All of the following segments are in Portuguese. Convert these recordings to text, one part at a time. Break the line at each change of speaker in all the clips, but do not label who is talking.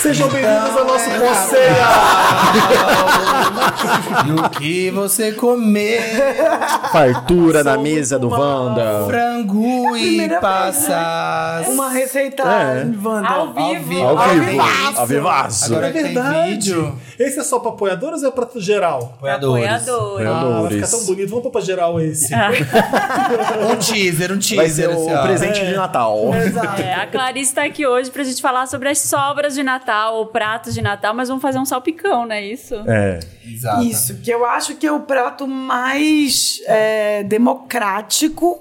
Sejam bem-vindos ao nosso conselho.
E o que você comer?
Fartura Tá na mesa do Wanda.
Frango e
primeira né?
passas.
Uma receita,
É.
Wanda.
Ao vivo.
vivo.
Ao vivo.
vivaço.
Ao vivaço.
Agora que tem
é verdade.
vídeo.
Esse é só pra apoiadores ou é pra geral?
Apoiadores.
Apoiadores.
Ah, vai ficar
Apoiadores.
tão bonito. Vamos pra geral esse.
Um teaser, um teaser.
Vai ser
assim,
o
ó.
presente de Natal.
Exato.
É, a Clarice está aqui hoje pra gente falar sobre as sobras de Natal, ou pratos de Natal, mas vamos fazer um salpicão, não é isso?
É.
Exato.
Isso, que eu acho que é o prato mais é, democrático.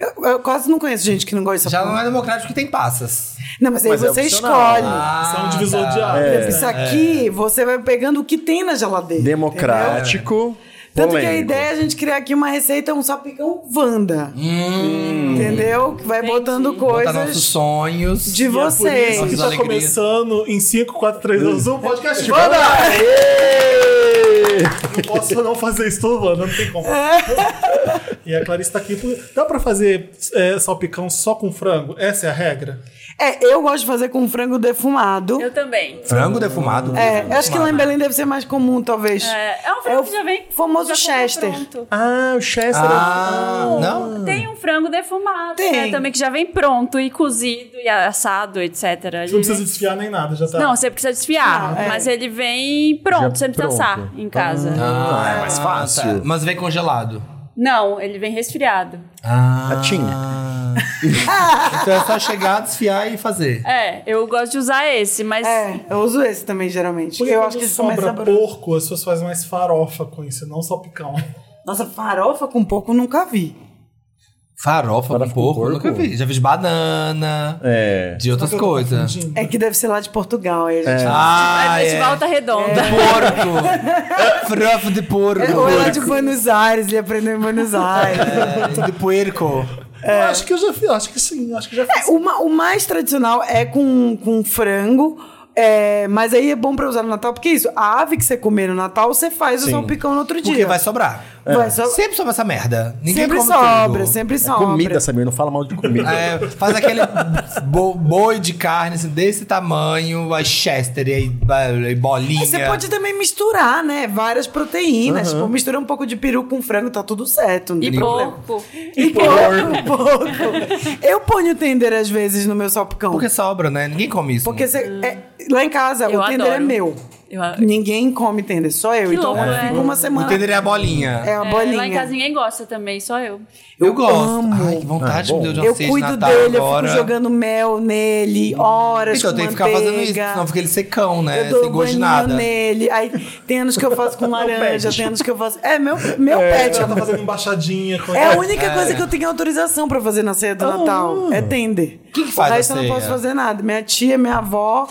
Eu, eu quase não conheço gente que não gosta dessa
Já não
porra.
é democrático que tem passas.
Não, mas aí
Mas é
você
opcional.
escolhe.
Ah,
Isso é um divisor de
Por
águas.
É.
exemplo, Isso aqui, você vai pegando o que tem na geladeira.
Democrático.
entendeu? Tanto que a
polêmico.
ideia é a gente criar aqui uma receita, um salpicão Wanda. Entendeu? Que vai
Entendi.
botando
Botar nossos
coisas
sonhos.
de
E É por isso
vocês.
que
Nossas
tá
alegrias.
começando em 5, 4, 3, 2, 1, podcast Wanda!
Aê!
Não posso não fazer isso todo ano, não tem como. e a Clarice tá aqui. por- Dá pra fazer é, salpicão só com frango? Essa é a regra?
É, eu gosto de fazer com frango defumado.
Eu também.
Frango defumado.
É,
Frango
eu acho que lá em
defumado.
Belém deve ser mais comum, talvez.
É, é um frango
o
que já vem.
famoso
já compra
Chester.
pronto.
É
Ah, o Chester.
Ah, não?
Tem um frango defumado,
Tem.
né? Também que já vem pronto e cozido e assado, etc.
Você não precisa desfiar nem nada, já tá.
Não, você precisa desfiar,
Ah, é.
mas ele vem pronto, você não precisa
pronto.
assar em casa.
Ah,
é mais fácil.
tá. Mas vem congelado.
Não, ele vem resfriado.
Ah.
Tinha.
Então é só chegar, desfiar e fazer.
É, eu gosto de usar esse, mas
É, eu uso esse também, geralmente.
Porque
eu
quando
acho que esse
sobra
começa saboroso.
porco, as pessoas fazem mais farofa com isso, não salpicão.
Nossa, farofa com porco eu nunca vi.
Farofa, com
Farofa com
porco,
porco?
nunca vi. Já vi de banana,
É.
de outras coisas.
Confundindo.
É que deve ser lá de Portugal, aí a gente...
Ah,
é
é.
festival tá redondo.
Porco. Farofa de porco.
Ou é lá de Buenos Aires, ele aprendeu em Buenos Aires.
É, de puerco.
Eu acho que eu já fiz, acho que sim, acho que já fiz.
É, uma- o mais tradicional é com, com frango, é, mas aí é bom pra usar no Natal, porque é isso, a ave que você comer no Natal, você faz o salpicão no outro
Porque
dia.
vai sobrar.
É. Vai so-
Sempre sobra essa merda. Ninguém
sempre
come
sobra,
tudo.
sempre
É
sobra.
comida, Samir, não fala mal de comida.
É, faz aquele bo- boi de carne assim, desse tamanho, a Chester e aí, ba- e bolinha.
E você pode também misturar, né? Várias proteínas. Tipo, mistura um pouco de peru com frango, tá tudo certo. Não tem
E
problema.
porco.
E porco, porco. Eu ponho tender às vezes no meu salpicão.
Porque sobra, né? Ninguém come isso.
Porque você- é, lá em casa,
Eu
o tender é
adoro.
meu.
Eu a-
Ninguém come tender, só eu.
Que
então
louco,
eu
né?
fico uma
O
semana.
tender é a bolinha.
É a
É,
bolinha.
lá em casa ninguém gosta também, só eu.
Eu,
eu
gosto.
amo.
Ai, que vontade
Ah,
me deu de uma
eu
ceia de
cuido
Natal
dele,
agora.
eu fico jogando mel nele, horas
Então,
com
tem que ficar fazendo isso,
manteiga.
senão fica ele secão, né?
Eu dou
Sem gosto de
banho
nada.
nele. Aí tem anos que eu faço com laranja, tem anos que eu faço. É, meu, meu pet.
Já tá fazendo embaixadinha com
É a única coisa que eu tenho autorização pra fazer na ceia do Natal. É tender. O
Ah. que que faz
O
na
resto eu não
ceia?
posso fazer nada. Minha tia, minha avó,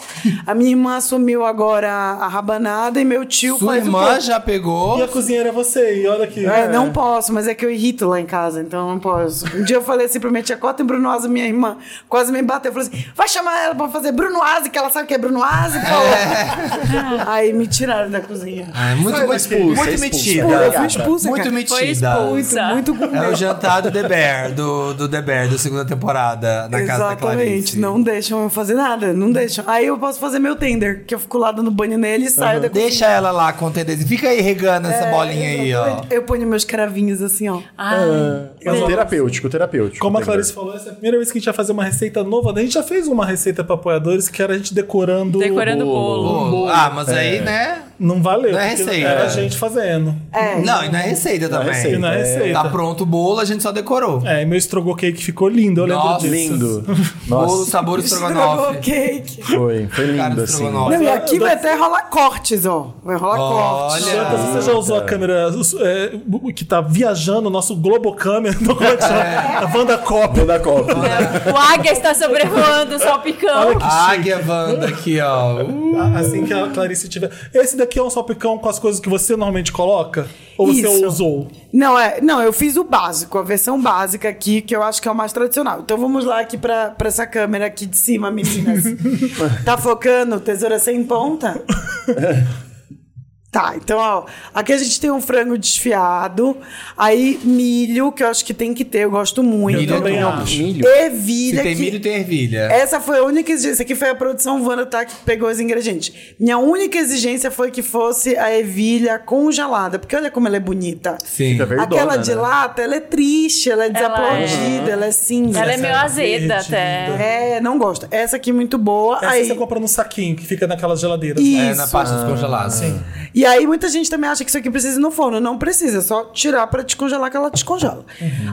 a minha irmã assumiu agora a rabanada e meu tio
Sua
faz um o
irmã
porco.
já pegou.
E a cozinheira é você, e olha aqui.
É, não posso, mas é que eu irrito lá em casa, então eu não posso. Um dia eu falei assim pra minha tia Cota e Brunoase, minha irmã, quase me bateu. Eu falei assim: vai chamar ela pra fazer Brunoase, que ela sabe que é Brunoase, pô. Aí me tiraram da cozinha.
É,
Sai
muito muito
daqui.
muito
Expulsa, expulsa.
metida.
Eu fui expulsa,
Muito
cara.
metida.
Foi expulsa.
Muito, muito com
É o
medo.
jantar do The Bear, do, do The Bear, da segunda temporada, na casa da Clarice.
Exatamente, não deixam eu fazer nada, não deixam. Aí eu posso fazer meu tender, que eu fico lá dando banho nele e saio da cozinha. É,
Deixa ela lá com o tendência. Fica aí regando essa bolinha aí, ó.
Eu ponho meus cravinhos assim, ó.
Ah,
Mas
É.
terapêutico, terapêutico.
Como a Clarice falou, essa é a primeira vez que a gente vai fazer uma receita nova. né? A gente já fez uma receita pra apoiadores que era a gente decorando.
decorando o bolo.
Bolo. Ah, mas aí, né?
Não valeu.
Não é
porque
receita.
Era a gente fazendo.
É.
Não, e não é receita também.
receita.
E não é receita.
Tá pronto o bolo, a gente só decorou.
É, e meu estrogonofe cake ficou lindo, eu lembro
Nossa,
disso.
Lindo.
Bolo,
Nossa,
sabor
Estrogonofe
estrogonofe.
cake.
foi. Foi
Cara,
lindo, assim.
estrogonofe.
Não, e aqui vai até rolar cortes, ó. Vai rolar cortes.
Janta,
Olha.
se você já usou a câmera os- é, o- que tá viajando, o nosso Globocâmera, não, como é que chama? a Vandacop.
Toda a Copa.
Ah,
O águia está sobrevoando o salpicão.
Águia Wanda aqui, ó. Uh,
A- Assim que a Clarice tiver. Esse daqui é um salpicão com as coisas que você normalmente coloca? Ou você
Isso.
usou?
Não, é, não, eu fiz o básico, a versão básica aqui, que eu acho que é o mais tradicional. Então vamos lá aqui pra, pra essa câmera aqui de cima, meninas. tá focando? Tesoura sem ponta? Tá, então, ó, aqui a gente tem um frango desfiado, aí milho, que eu acho que tem que ter, eu gosto muito.
Milho é
também
bom.
acho.
Milho?
Ervilha.
Se tem
que-
milho, tem ervilha.
Essa foi a única exigência. Aqui foi a produção Vana tá, que pegou os ingredientes. Minha única exigência foi que fosse a ervilha congelada, porque olha como ela é bonita.
Sim. é
Fica verdona,
Aquela de
né?
lata, ela é triste, ela é desaplaudida, ela é cinza.
Ela é meio azeda
verde,
até.
É, não gosta. Essa aqui é muito boa.
Essa
aí...
você compra no saquinho que fica né? naquela geladeira.
Isso.
É, na pasta descongelada. Sim.
E aí muita gente também acha que isso aqui precisa ir no forno. Não precisa, é só tirar pra descongelar que ela descongela.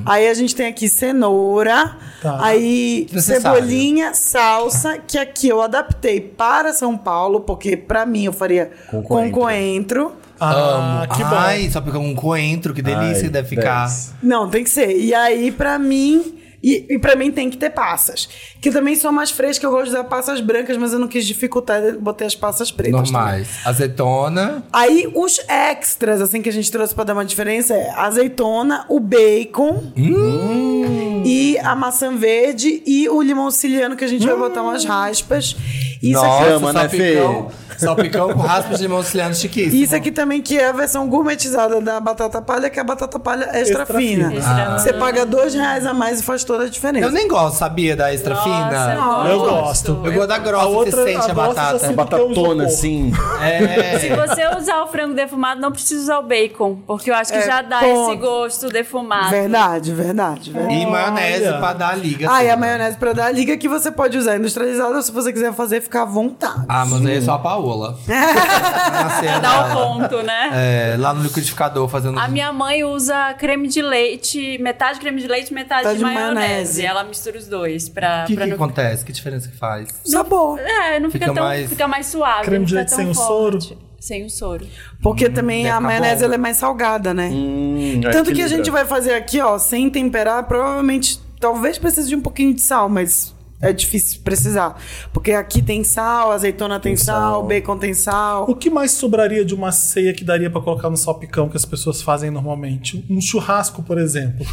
Aí a gente tem aqui cenoura,
Tá.
aí
Necessário.
cebolinha, salsa, que aqui eu adaptei para São Paulo, porque pra mim eu faria
Com
com
coentro.
coentro.
Ah,
Amo.
que bom.
Ai, só pegar um coentro, que delícia
Ai,
que deve ficar.
dez.
Não, tem que ser. E aí pra mim e, e para mim tem que ter passas. Que eu também sou mais fresca, eu gosto de usar passas brancas, mas eu não quis dificultar, eu botei as passas pretas. também.
Normais. Azetona.
Aí os extras, assim, que a gente trouxe pra dar uma diferença é a azeitona, o bacon
Hum.
e a maçã verde e o limão siciliano que a gente vai botar umas raspas.
Hum.
Isso é
Nossa,
aqui.
Chama, né,
salpicão. salpicão com raspas de limão siciliano chiquíssimo.
Isso aqui também que é a versão gourmetizada da batata palha, que é a batata palha extra,
Extra
fina.
fina.
Ah.
Você paga dois reais a mais e faz toda a diferença.
Eu nem gosto, sabia, da extra fina?
Nossa, é
Eu gosto.
Eu gosto da grossa, você sente a,
grossa já
batata.
sinto que é um
Batatona,
isopor.
assim.
É.
Se você usar o frango defumado, não precisa usar o bacon, porque eu acho que já dá
ponto.
esse gosto defumado.
Verdade, verdade, verdade.
E maionese
Olha.
pra dar a liga.
Ah, e a
toda.
maionese pra dar a liga que você pode usar industrializada ou se você quiser fazer, fica à vontade.
Ah, mas aí é só a Paola. Nasceu
Dá
lá.
o ponto, né?
É, lá no liquidificador fazendo.
A minha mãe usa creme de leite, metade creme de leite, metade
Tá
de
de
maionese.
maionese.
Ela mistura os dois pra,
O que,
pra
que
não
acontece? Que diferença que faz?
Sabor.
É, não fica,
Fica
tão.
mais-
Fica mais suave.
Creme
não
de
fica
leite
tão
sem o
forte. Sem o soro.
Porque também
deve
a
ficar
maionese
bom.
ela é mais salgada, né?
Hum,
Tanto que a
equilibra.
gente vai fazer aqui, ó, sem temperar, provavelmente, talvez precise de um pouquinho de sal, mas é difícil precisar. Porque aqui tem sal, azeitona tem,
Tem
sal,
sal.
bacon tem sal.
O que mais sobraria de uma ceia que daria pra colocar no salpicão que as pessoas fazem normalmente? Um churrasco, por exemplo.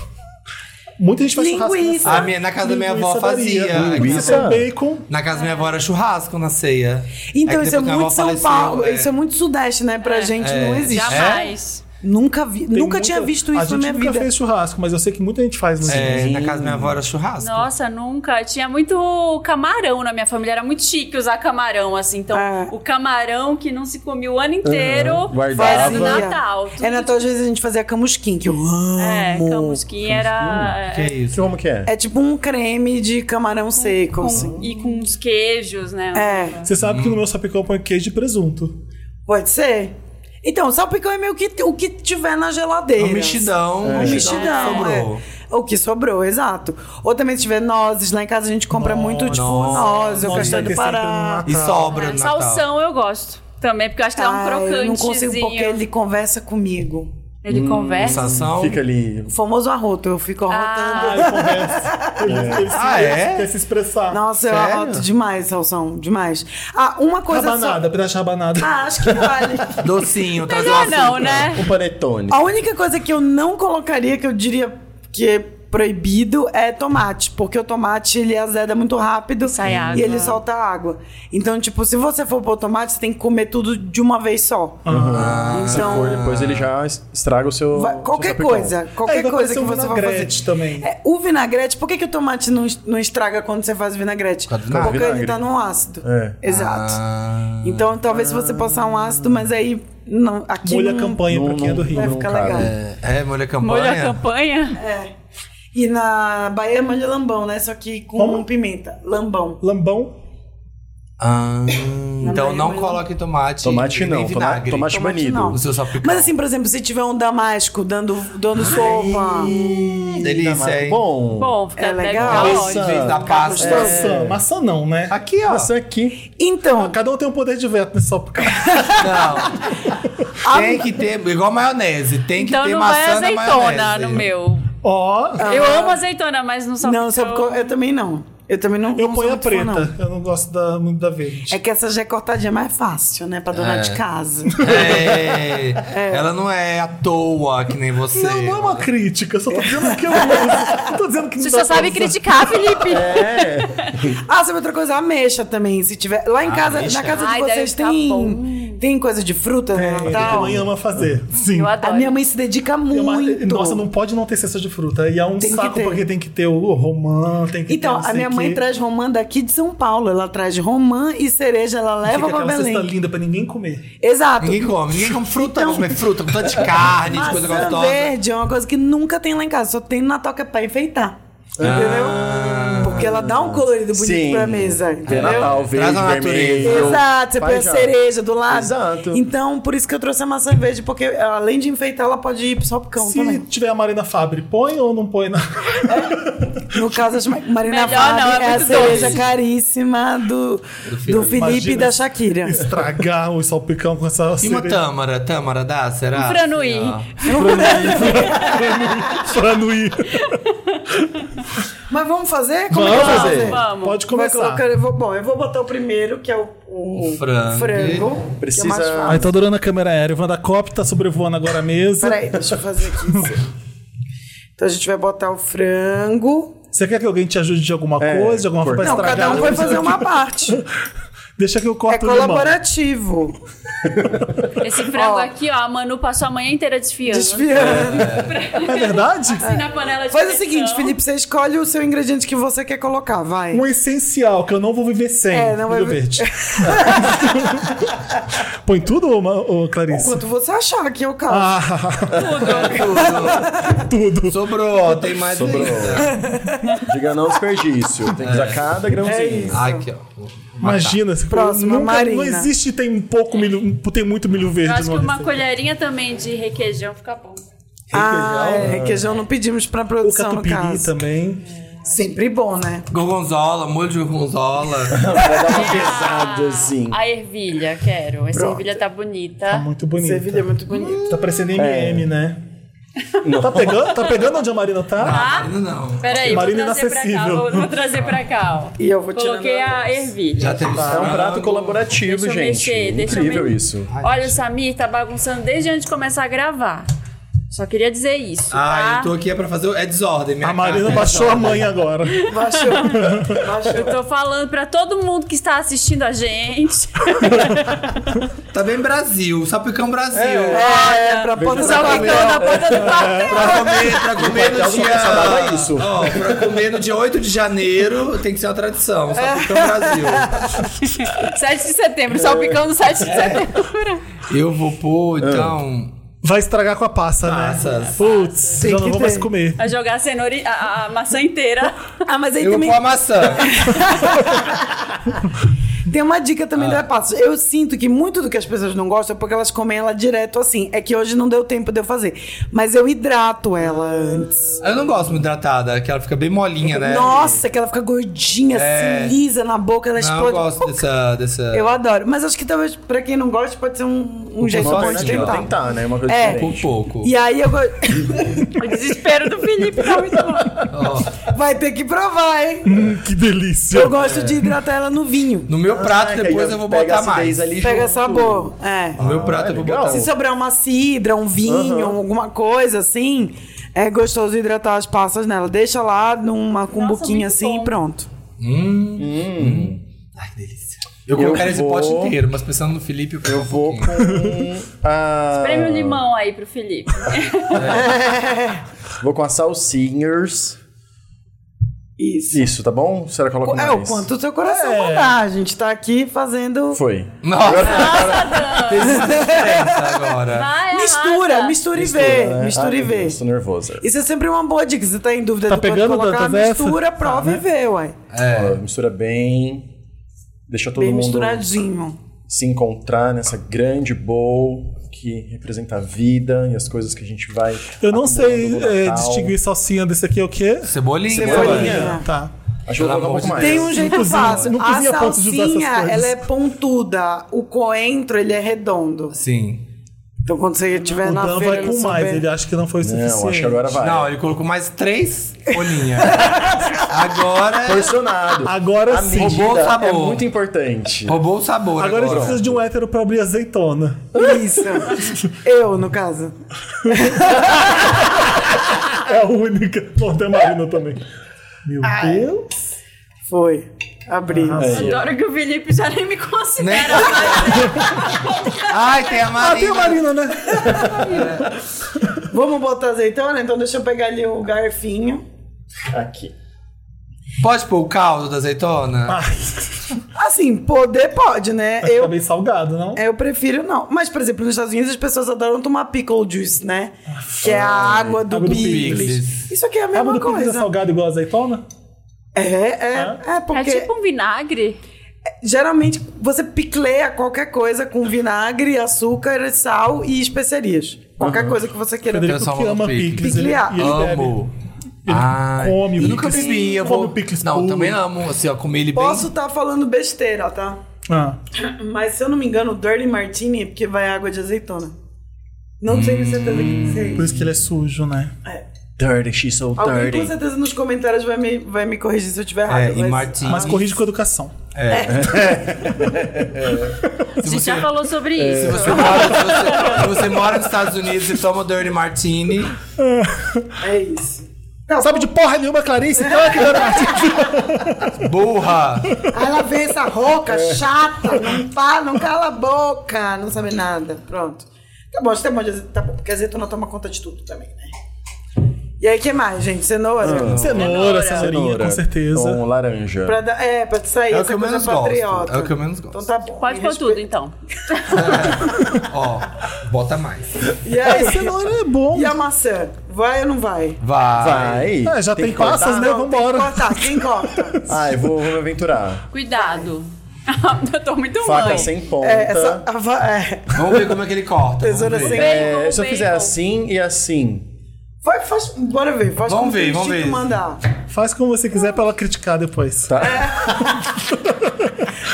Muita gente faz
Linguiça.
churrasco.
A minha- na casa da minha avó
Linguiça daria.
fazia.
Linguiça.
Linguiça.
Você tem bacon.
Na casa da minha avó era churrasco na ceia.
Então,
Aí
isso é
depois minha
muito
avó
São
faleceu,
Paulo,
é.
isso é muito Sudeste, né? Pra gente não existe.
Jamais.
Nunca vi,
Tem
nunca
muita-
tinha visto
a
isso na
gente
minha
nunca
vida.
fez churrasco, mas eu sei que muita gente faz no
É,
dia.
na casa da minha avó era churrasco.
Nossa, nunca. Tinha muito camarão na minha família. Era muito chique usar camarão, assim. Então,
É.
o camarão que não se comia o ano inteiro.
Uhum. Guardava.
Era
Fazia.
no Natal. Tudo
É Natal, às vezes a gente fazia camusquim, que eu amo.
É, camusquinha era.
Que
é,
isso?
Como que é?
É tipo um creme de camarão seco, assim.
com- é, e com os queijos, né?
É.
Você sabe que no meu salpicão eu ponho queijo e presunto.
Pode ser? Então, salpicão é meio que o que tiver na geladeira.
Um mexidão.
É
É.
Um mexidão.
Sobrou.
é. O que sobrou, exato. Ou também se tiver nozes, lá em casa a gente compra muito, tipo,
nossa.
nozes, ou
Nozes
castanho
vai
do
ter sempre
Pará.
no
E sobra no Natal.
Salsão eu gosto também, porque eu acho que dá um
Ah,
crocantezinho.
eu não consigo porque ele conversa comigo.
Ele
Hum,
conversa.
É.
Salsão.
Fica ali.
O famoso arroto, eu fico arrotando.
Ah,
Aí conversa. Ele, ele se-
Ah, é?
quer se expressar.
Nossa, eu
sério?
arroto demais, Salsão, demais. Ah, uma coisa
rabanada, pedaço de rabanada.
só. Ah, acho que vale.
Docinho, trazer
Melhor
uma
não, né?
Um panetone.
A única coisa que eu não colocaria, que eu diria que é proibido, é tomate. Porque o tomate, ele azeda muito rápido.
Sai
e
água.
ele solta água. Então, tipo, se você for pôr tomate, você tem que comer tudo de uma vez só.
Ah,
Se
Então,
for, depois ele já es- estraga o seu.
vai-
seu
qualquer
salpicão.
coisa,
Aí
qualquer
vai
coisa
aparecer
que
um
você for fazer.
vinagrete também.
É, o vinagrete, por que, que o tomate não, não estraga quando você faz vinagrete?
causa do
Porque
vinagre.
ele tá num ácido.
É.
Exato. Então, talvez se você passar um ácido, mas aí não, aqui
Molha a
não,
campanha pra
Não,
quem é do
não,
Rio.
vai
não,
ficar
cara.
legal.
É, molho a campanha.
Molho a campanha.
É. E na Bahia é molho lambão, né? Só que com
Como?
pimenta. Lambão.
Lambão.
Ah, então não
mas-
coloque tomate.
Tomate
nem
não, toma-
vinagre.
tomate
Tomate
banido.
não.
No seu salpicão.
Mas assim, por exemplo, se tiver um damasco dando, dando sopa.
Hum, delícia, hein?
Bom.
Bom, fica
É
deve
legal.
ficar
Maçã.
ótimo.
Em vez da pasta. é-
Maçã. Maçã não,
É.
né?
Aqui, ó.
Essa aqui.
Então,
Cada um tem um poder de veto nesse salpicão.
Não. tem que ter, igual maionese, tem que
Então
ter
não vai
maçã na
azeitona
maionese.
no meu.
Ó,
Eu amo azeitona, mas não só
não, sabe qual- eu também não. Eu também não
Eu
não sou
ponho a
muito fã,
preta,
não.
eu não gosto da, muito da verde.
É que essa já é cortadinha mais fácil, né? Pra dona
É.
de casa.
É, Ela não é à toa, que nem você.
Não, não é
né?
uma crítica, eu só tô dizendo que eu não uso. Não tô dizendo que não
Você
dá
só
pra
sabe
usar.
criticar, Felipe.
Ah, sabe outra coisa? Ameixa também, se tiver. Lá em casa,
Ah, Ameixa?
na casa de
Ai, deve
vocês
ficar
tem,
bom.
tem coisa de fruta no
É, minha
Natal?
mãe ama fazer. Sim.
Eu adoro.
A minha mãe se dedica
É uma-
muito.
Nossa, não pode não ter cesta de fruta. E é um
Tem que
saco
ter.
porque tem que ter o romã, tem assim que ter
Então,
não sei
a minha
o
mãe
quê.
traz romã daqui de São Paulo. Ela traz romã e cereja, ela
Fica
leva pra
aquela cesta
Belém.
linda pra ninguém comer.
Exato.
Ninguém come, ninguém come fruta, não come fruta, com tanto de carne, de coisa
Maçã
gostosa.
verde é uma coisa que nunca tem lá em casa, só tem no Natal que é pra enfeitar. Entendeu? Porque ela dá um colorido bonito
Sim.
pra mesa,
Tem
entendeu?
Natal,
Traz
verde,
a natureza.
vermelho.
Exato, você põe a
Faz já.
cereja do lado.
Exato.
Então, por isso que eu trouxe a maçã verde, porque além de enfeitar, ela pode ir pro salpicão
Se
também.
tiver a Marina Fabre, põe ou não põe? na-
No caso, acho que Marina
Melhor não,
Fabre
é
é a
muito
cereja
doce.
caríssima do, do
Felipe.
Felipe e
Imagina
da Shakira.
Estragar o salpicão com essa
E uma
cereja.
tâmara, tâmara dá, será?
Um franui.
Assim, ó.
pra não ir.
Mas vamos fazer? Como é
Vamos
que eu vou
fazer.
Vamos.
Pode
Vai
começar.
colocar- eu vou- bom, eu vou botar o primeiro, que é o, o-
O frango.
frango, Que é mais
Precisa-
fácil.
Aí tá adorando a câmera aérea. O Vandacop tá sobrevoando agora a mesa.
Peraí, deixa eu fazer aqui. isso. Então a gente vai botar o frango.
Você quer que alguém te ajude de alguma
É,
coisa? De alguma forma pra
Não,
estragar?
cada um vai fazer uma parte.
Deixa que eu
É
corto o limão.
colaborativo.
Esse frango
Ó.
aqui, ó, a Manu passou a manhã inteira desfiando.
Desfiando.
É verdade?
Assim, na panela de
Faz o
pressão.
seguinte, Felipe, você escolhe o seu ingrediente que você quer colocar, vai.
Um essencial que eu não vou viver sem.
É, não vai
milho
vi-
verde. Põe tudo, ô, Ma- ô, Clarice?
Quanto você achar que eu caso.
Ah,
Sobrou, tem mais
Sobrou.
ainda.
Diga não desperdício. Tem que
É.
usar cada grãozinho.
É isso.
Aqui, ó. Vou matar.
imagina. se-
Próxima,
nunca- Não
Marina.
existe tem pouco milho, tem muito milho
Eu
verde
acho que
numa
uma
receita.
colherinha também de requeijão fica bom.
Ah, é, requeijão não pedimos pra
O
produção, no
né? catupiry
caso.
também.
Sempre bom, né?
Gorgonzola, molho de gorgonzola.
Pra dar uma pesada, assim.
A ervilha, quero. Essa
Pronto.
ervilha tá bonita.
Tá muito bonito.
Servilha é muito É. bonito.
Tá parecendo MM, né? Tá pegando, tá pegando onde a Marina tá?
Ainda não.
Peraí, vou
é
Marina
trazer pra cá.
inacessível.
Vou, vou trazer pra cá, ó.
E eu vou tirando
Coloquei a ervilha.
Já teve
É um prato colaborativo,
Deixa eu
gente.
mexer, deixa eu
Incrível
mexer.
isso.
Olha, o Samir tá bagunçando desde antes de começar a gravar. Só queria dizer isso.
Ah,
tá?
eu tô aqui é pra fazer. É desordem,
Ah,
minha
A Marina
casa é
baixou a
desordem.
mãe agora.
Baixou. Baixou.
Tô falando pra todo mundo que está assistindo a gente.
Tá bem Brasil, sapicão Brasil.
É, é, pra poder
Só ficando na ponta do papel.
Pra comer, pra comer no
Papel do
dia.
Caçadava é isso.
Ó, pra comer no dia 8 de janeiro tem que ser uma tradição. Sapicão Brasil.
7 de setembro, salpicão do 7 de
É.
setembro.
Eu vou pôr,
Ah.
então.
Vai estragar com a passa, né?
Passas.
Putz,
Tem
já
que
não vou mais
ter.
comer.
A jogar a cenoura, e- a, a maçã inteira.
Ah, mas aí
Eu vou
também
pôr a maçã.
Tem uma dica também
Ah.
da pasta. Eu sinto que muito do que as pessoas não gostam é porque elas comem ela direto assim. É que hoje não deu tempo de eu fazer. Mas eu hidrato ela antes.
Eu não gosto muito hidratada, que ela fica bem molinha, né?
Nossa, que ela fica gordinha,
É.
assim, lisa na boca, ela
Não, eu
explode.
gosto dessa. dessa...
Eu adoro. Mas acho que talvez, pra quem não gosta, pode ser um, um jeito
Uma
bom de
alternativa,
tentar.
tentar, né? Uma coisa
É.
Por
diferente.
pouco.
E aí eu gosto.
O desespero do Felipe tá muito bom.
Ó,
Vai ter que provar, hein?
Hum, que delícia.
Eu gosto de hidratar ela no vinho.
no meu prato,
Ah, que aí
depois eu vou
pego
botar
a acidez
mais.
ali
Pega
junto.
sabor. É.
No meu prato
Ah,
eu vou
legal.
botar.
Se sobrar uma cidra, um vinho, alguma coisa assim, é gostoso hidratar as passas nela. Deixa lá numa cumbuquinha
muito
assim
bom.
e pronto.
Hum. Ai, que delícia. Eu
Eu
colocaria esse
vou-
pote inteiro, mas pensando no Felipe, eu,
Eu vou com. A...
Prêmio limão aí pro Felipe.
Vou com as salsinhas.
Isso.
Isso, tá bom? Será que eu coloco
É o
mais?
quanto o seu coração
É.
mandar. A gente tá aqui fazendo.
Foi.
Nossa, pensa
Vai,
agora.
arrasa.
Mistura, mistura e vê.
Mistura, né?
Mistura e
Ai,
vê.
Tô nervosa.
Isso é sempre uma boa dica. Você tá em dúvida
Ah, Tá
do quanto
pegando, Tá,
colocar,
Dantas, essa?
mistura, prova
né?
e vê, ué.
Ó,
É.
mistura bem. Deixa todo
É. Bem
mundo
misturadinho.
se encontrar nessa grande bowl que representa a vida e as coisas que a gente vai.
Eu não sei
acumulando no
é,
Natal.
distinguir salsinha desse aqui é o quê?
Cebolinha.
Cebolinha.
Tá.
Acho que eu vou colocar um
Pelo amor
pouco
de
mais.
Tem um jeito
cozinha-
fácil.
É. não
a é
cozinha a ponto de usar essas
salsinha,
coisas.
ela é pontuda. O coentro, ele é redondo.
Sim.
Então quando você estiver
O
na
Dan
feira...
vai com
não
mais,
souber.
ele acha que não foi o um suficiente.
Não, acho que agora vai.
Não, ele colocou mais três folhinhas. Agora.
Porcionado.
Agora
a
sim.
medida
Roubou o sabor.
é muito importante.
Roubou o sabor.
Agora a gente
agora.
precisa de um hétero pra abrir azeitona.
Isso. Eu, no caso.
É a única. Bom, tem a Marina também. Meu Deus.
Foi. Abri.
Aí, ó.
Adoro que o Felipe já nem
Nem-
me
Né?
considera.
Né? Ai, tem a
Ah, tem a Marina,
Marina.
né?
Vamos botar azeitona? Então deixa eu pegar ali o garfinho.
Aqui.
Pode pôr o caldo da
Ah,
azeitona?
Assim, poder pode, né?
Tá
Eu, É
bem salgado, não?
eu prefiro não. Mas, por exemplo, nos Estados Unidos as pessoas adoram tomar pickle juice, né? Que é a água
Ah,
do
água do
picles.
picles.
Isso aqui é a
A água
mesma
do picles é
coisa.
salgada igual a azeitona?
É, é,
Ah.
é,
É
porque
tipo um vinagre.
geralmente você picleia qualquer coisa com vinagre, açúcar, sal e especiarias. Qualquer coisa que você queira.
Federico
só
que
amo
ama
picles.
picles. Ele, e
Piclear.
ele bebe.
Amo.
Ele
Ai,
come
eu
o
nunca
picles.
bebi, eu
Come
vou.
o picles
não,
puro.
também amo, assim, ó, comer ele
Posso
bem.
estar falando besteira, tá?
Ah,
Mas se eu não me engano, o Dirty Martini é porque vai água de azeitona. Não tenho
Hum.
certeza que
por
seja.
isso que ele é sujo, né?
Dirty, she's so
Alguém com
dirty.
certeza nos comentários vai me, vai me corrigir se eu estiver errado.
É, e
mas-
Martini.
Mas corrige com educação.
A gente já falou sobre
É.
isso.
Se você, mora, se você- se você mora nos Estados Unidos e toma o Dirty Martini,
É isso.
Sabe de porra nenhuma, Clarice? Então é que dá na-
burra!
Aí ela vem essa rouca
É.
chata, não fala, não cala a boca, não sabe nada. Pronto. Tá bom, acho que tem um monte de azeitona, tá bom, porque azeitona toma conta de tudo também, né? E aí, o que mais, gente? Cenoura?
Ah.
Cenoura, cenourinha, com certeza.
Com laranja.
Pra dar- é, pra sair
É o
essa
que eu
coisa
menos gosto,
patriota.
é o que eu menos gosto.
Então tá bom.
Pode
me
pôr
respeita.
tudo, então.
Ó, bota mais.
E aí,
É, cenoura é bom.
E a maçã? Vai ou não vai?
Vai.
Vai.
Ah, já tem,
que cortar?
passas, né?
Não, tem que
Vambora.
cortar, quem corta?
Ai, vou, vou me aventurar.
Cuidado. Eu tô muito
Faca
mãe.
sem ponta.
É, essa, a va- é.
Então. Vamos ver como é que ele corta. vamos
Tesoura assim,
ver.
sem-
É,
Bacon,
se eu fizer
bacon.
assim e assim.
Vai, faz, bora ver, faz
Vamos
como
ver,
o
vamos
Chico
ver.
mandar.
Faz como você quiser pra ela criticar depois.
Tá?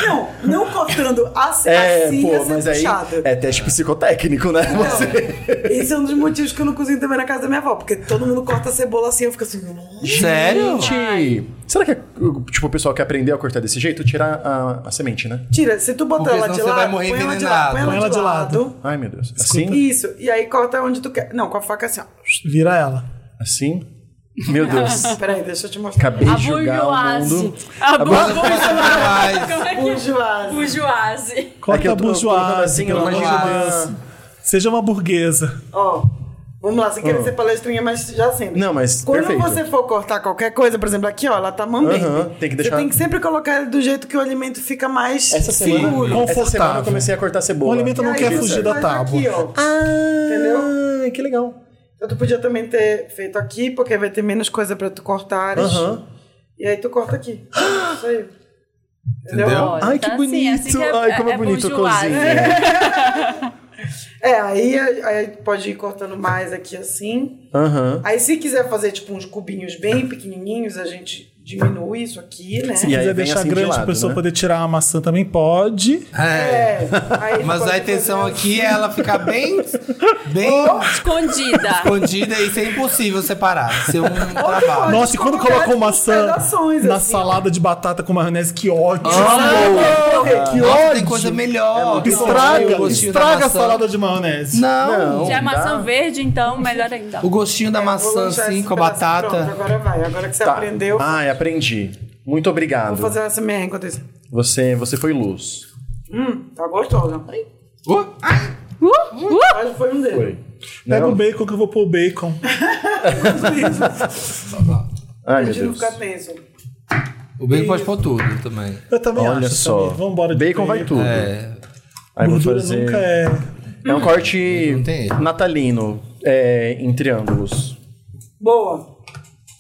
Não, não cortando assim,
É,
assim
pô,
ia ser
mas aí
puxado.
é teste psicotécnico, né? Você.
Esse é um dos motivos que eu não cozinho também na casa da minha avó, porque todo mundo corta a cebola assim, eu fico assim. "Nossa".
Sério?
Gente, será que é, tipo, o pessoal que aprendeu a cortar desse jeito, tirar a, a semente, né?
Tira, se tu botar
Porque
ela
senão
de
você
lado,
vai morrer
põe ela de lado,
envenenado.
põe ela, de, lado.
Ai, meu Deus. Assim?
Isso, e aí corta onde tu quer. Não, com a faca assim, ó.
Vira ela.
Assim? Meu Deus.
Peraí, deixa eu te mostrar.
Acabei
A
de julgar o mundo.
bourgeoisie. A
Vai.
Bourgeoise.
bourgeoisie.
Corta a
É eu tô- eu tô falando
bourgeoise,
assim, eu
pelo amor de
imagino
Deus.
uma-
Seja uma burguesa.
Ó, vamos lá, você quer ser palestrinha, mas já sempre.
Hum. Não, mas
Quando
perfeito.
você for cortar qualquer coisa, por exemplo, aqui, ó, ela tá mambembe.
Aham, tem que
Você
deixar-
tem que sempre colocar ele do jeito que o alimento fica mais
Essa
seguro.
semana, essa
confortável.
semana eu comecei a cortar cebola.
O alimento
E
não
aí
quer
você
fugir da
faz
tábua.
Aqui, ó.
Ah,
Entendeu?
que legal.
Então tu podia também ter feito aqui, porque vai ter menos coisa pra tu cortar.
Aham.
E aí tu corta aqui. Isso aí. Entendeu?
Entendeu?
Olha,
Ai, que
tá assim,
bonito.
assim que é-
Ai, como é,
é
bonito o
bourgeoisie.
cozinho.
É, aí, aí pode ir cortando mais aqui assim.
Aham.
Aí se quiser fazer tipo uns cubinhos bem pequenininhos, a gente diminui isso aqui, né?
Se
E aí
quiser
vem
deixar
assim de
grande
lado,
pra pessoa
né?
poder tirar a maçã também, pode.
É.
É, aí tu
Mas
pode
a intenção
fazer um
aqui é ela ficar bem, bem
Escondida.
escondida e isso é impossível separar. Ser um
pode-
trabalho.
Nossa, e quando
colocar
colocou
uns
maçã
pedações,
na
assim,
salada de batata com maionese, que ódio!
Ah,
Que
Nossa, tem
ódio. É
coisa melhor. que o
Estraga,
gostinho da
estraga a
maçã.
salada de maionese.
Não.
Se é maçã
dá.
verde, então, melhor ainda.
O gostinho
É,
da
Eu vou
maçã,
lanchar
assim,
esse
com a
pedaço.
batata.
Pronto, agora vai. Agora que você
Tá.
aprendeu,
Ai, aprendi. Muito obrigado.
vou fazer essa merda enquanto isso.
Você, você foi luz.
Hum, tá gostosa.
Uh, ai,
Uh, uh.
Mas foi um dedo.
Pega o
Não?
bacon que eu vou pôr o bacon.
Ai,
A
meu
gente não
Deus.
ficar tenso.
o bacon pode pôr tudo também.
Eu também
Olha
acho,
só.
Samir. Vambora de
Bacon vai tudo.
É,
Aí vou
Gordura
fazer.
nunca é...
É um corte
Não tem erro.
natalino, é, em triângulos.
Boa.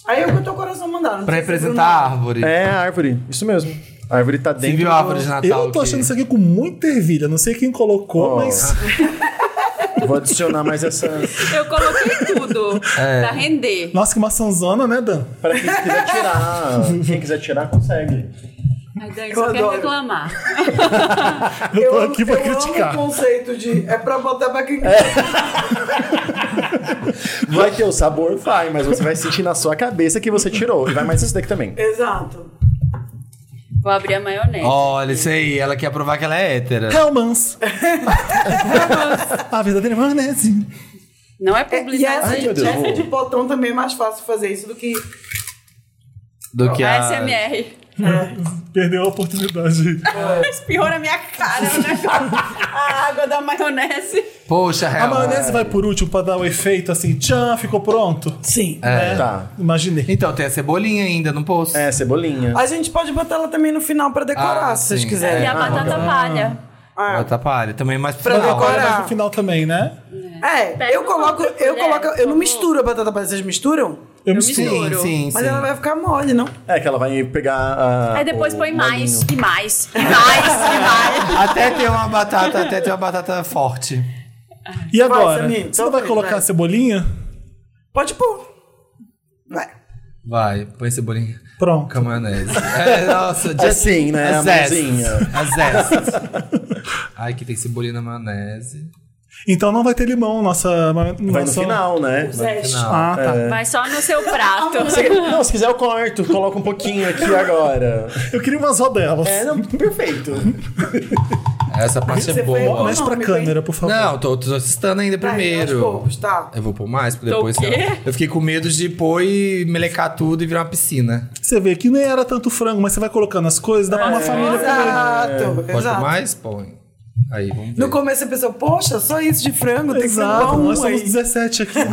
Aí é o que o teu coração mandar. não
pra
precisa ser
representar a árvore.
É a árvore, isso mesmo. A árvore tá
Você
dentro.
viu a árvore de Natal?
Eu tô
que-
achando isso aqui com muita ervilha. Não sei quem colocou,
Ó.
mas...
Vou adicionar mais essa.
Eu coloquei tudo
É.
pra render.
Nossa, que maçãzona, né, Dan?
Pra quem quiser tirar. Quem quiser tirar, consegue.
A Dani
Eu
só quer
adoro.
reclamar.
Eu tô aqui pra
eu
criticar.
Amo o conceito de é pra botar pra quem
Vai ter o sabor, vai, mas você vai sentir na sua cabeça que você tirou. E vai mais isso daqui também.
Exato.
Vou abrir a maionese.
Olha, isso aí, ela quer provar que ela é hétera.
Hellmans. a verdadeira maionese.
Não é
E essa,
publicidade.
Ai, meu Deus,
essa
vou-
de botão também é mais fácil fazer isso do que.
Ah,
Do que a...
é SMR.
Perdeu a oportunidade.
Espirrou na minha cara o negócio. a água da maionese.
Poxa,
A
real.
maionese vai por último pra dar o efeito assim, tchan, ficou pronto.
Sim.
É.
Tá.
Imaginei.
Então, tem a cebolinha ainda no poço.
É, cebolinha.
A gente pode botar ela também no final pra decorar,
Ah,
se vocês
sim.
E
quiserem.
a batata palha.
Ah.
Atrapalha. Também mais
Pra
final.
decorar.
Agora no final também, né?
É,
Pega
eu
um
coloco,
pouco de
eu
colher,
coloco, eu
por
não
favor.
misturo a batata palha, vocês misturam?
Eu
misturo.
misturo.
Sim, sim,
Mas
sim.
ela vai ficar mole, não?
É que ela vai pegar a.
Aí depois
o
põe mais,
molinho.
e mais, e mais, e mais.
Até ter uma batata, até ter uma batata forte.
E agora?
Samir,
Você não vai
então,
colocar
vai.
a cebolinha?
Pode pôr. Vai.
Vai, põe cebolinha.
Pronto.
Com a maionese. É, nossa, É just-
Assim, né?
a
A
zest.
mãozinha.
A zest. É Ai, que tem cebolinha na maionese.
Então não vai ter limão, nossa. é
Vai no final, né?
Não. É.
Ah, tá.
Vai só no seu prato.
Você- Não, se quiser eu corto, coloca um pouquinho aqui agora.
Eu queria umas rodelas.
É, não, perfeito.
Essa parte
Você
é
foi
boa.
Mais pra
Não,
câmera, por favor.
Não, tô, tô assistando ainda
Vai, aos
primeiro. É
poucos, tá.
Eu vou pôr mais, porque
Tô
depois. tá?
o quê?
Eu fiquei com medo de pôr e melecar tudo e virar uma piscina.
Você vê que nem era tanto frango, mas você vai colocando as coisas, dá pra uma família comer.
Exato,
é Pode pôr
exato.
mais? Põe. Aí, vamos ver.
No começo a pessoa, poxa, só isso de frango, tem que ser
Exato,
só
nós
um
somos
aí.
17 aqui.
Uhum.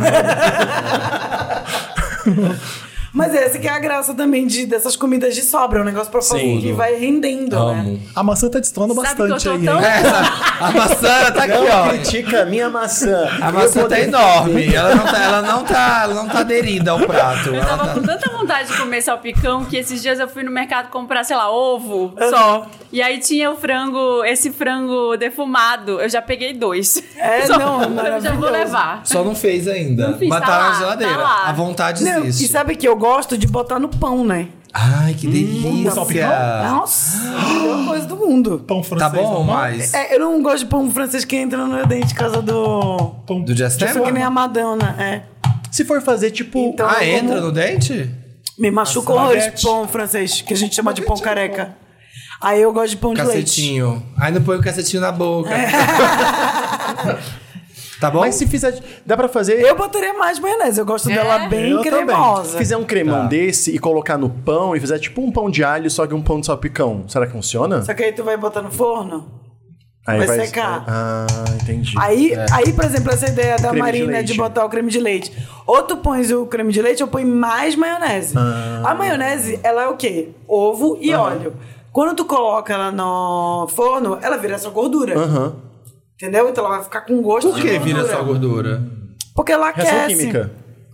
Mas essa que é a graça também de, dessas comidas de sobra, é um negócio pra fazer
Sim.
que vai rendendo, né?
Amo.
A maçã tá destoando
Sabe que eu
bastante
tô
aí.
tão-
hein?
Essa, a maçã tá aqui,
Não
ó.
critica a minha maçã.
A maçã
Eu
tá
poder-
enorme. Ela não tá, ela não tá, ela não tá aderida ao prato.
Eu
Ela
tava
tá...
com tanta vontade de comer salpicão que esses dias eu fui no mercado comprar, sei lá, ovo só. E aí tinha o frango, esse frango defumado. Eu já peguei dois.
É,
eu já
não, é
vou
maravilhoso.
levar.
Só não fez ainda.
Não fiz,
Mas
tá
tá na
lá,
geladeira.
tá lá. é-
a vontade
Não, e
existe.
sabe que eu gosto de botar no pão, né?
Ai,
Hum,
que
um
delícia.
É
Nossa, a melhor coisa do mundo.
Pão francês.
Tá bom,
normal.
mas.
É, eu não gosto de pão francês que entra no meu dente por causa do.
Pão
Do Just
Tipo, que nem
Temple?
a Madonna, é.
Se for fazer, tipo.
tá
Então,
Ah,
eu como-
entra no dente?
Me machuca
Nossa,
horrores
baguete.
pão francês, que a gente chama de pão careca. Aí eu gosto de pão de leite.
Cacetinho. Ainda põe o cacetinho na boca.
É.
tá bom?
Mas se fizer. Dá pra fazer.
Eu botaria mais maionese, eu gosto
É?
dela bem
eu também.
cremosa.
Se fizer um cremão desse e colocar no pão e fizer tipo um pão de alho, só que um pão de salpicão, será que funciona?
Só que aí tu vai botar no forno.
Aí
vai secar.
Ah, entendi.
Aí, aí por exemplo, essa ideia da
É. creme de
Marina de,
leite.
botar o creme de leite. Ou tu pões o creme de leite ou põe mais maionese.
Ah.
A maionese, ela é o quê? Ovo e óleo. Quando tu coloca ela no forno, ela vira só gordura.
Aham.
Entendeu? Então ela vai ficar com gosto
Por que
de
vira só gordura?
Porque ela
Reação
aquece.
química.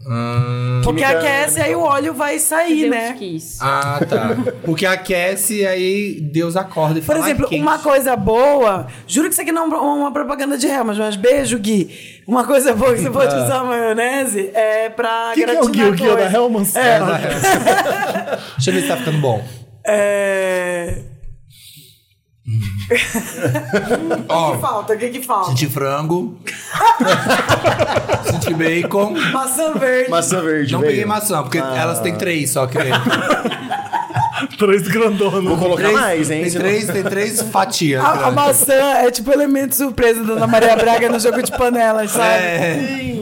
Hum,
Porque
Química-
aquece, aí o óleo vai sair,
Deus
né?
quis.
Ah, tá. Porque aquece e aí Deus acorda e
Por
é
fala. "Ai,
exemplo,
quente."
uma coisa boa, juro que isso aqui não é uma propaganda de Helmas, mas beijo, Gui. Uma coisa boa que você pode usar a maionese é pra
Quem Ah. que é o Gui? O Gui é tá. da
coisa.
Hellmann's?
É.
Deixa eu ver se tá ficando bom.
É... O que
Ó,
falta? O que que falta?
senti frango. senti bacon.
Maçã verde.
Maçã verde.
Não
veio.
peguei maçã, porque elas têm três só que
Três grandonas.
Vou colocar
Três,
mais, hein?
Tem
senão-
três, tem três fatias.
A- A,
grandes.
maçã é tipo elemento surpresa da Ana Maria Braga no jogo de panelas, sabe?
É.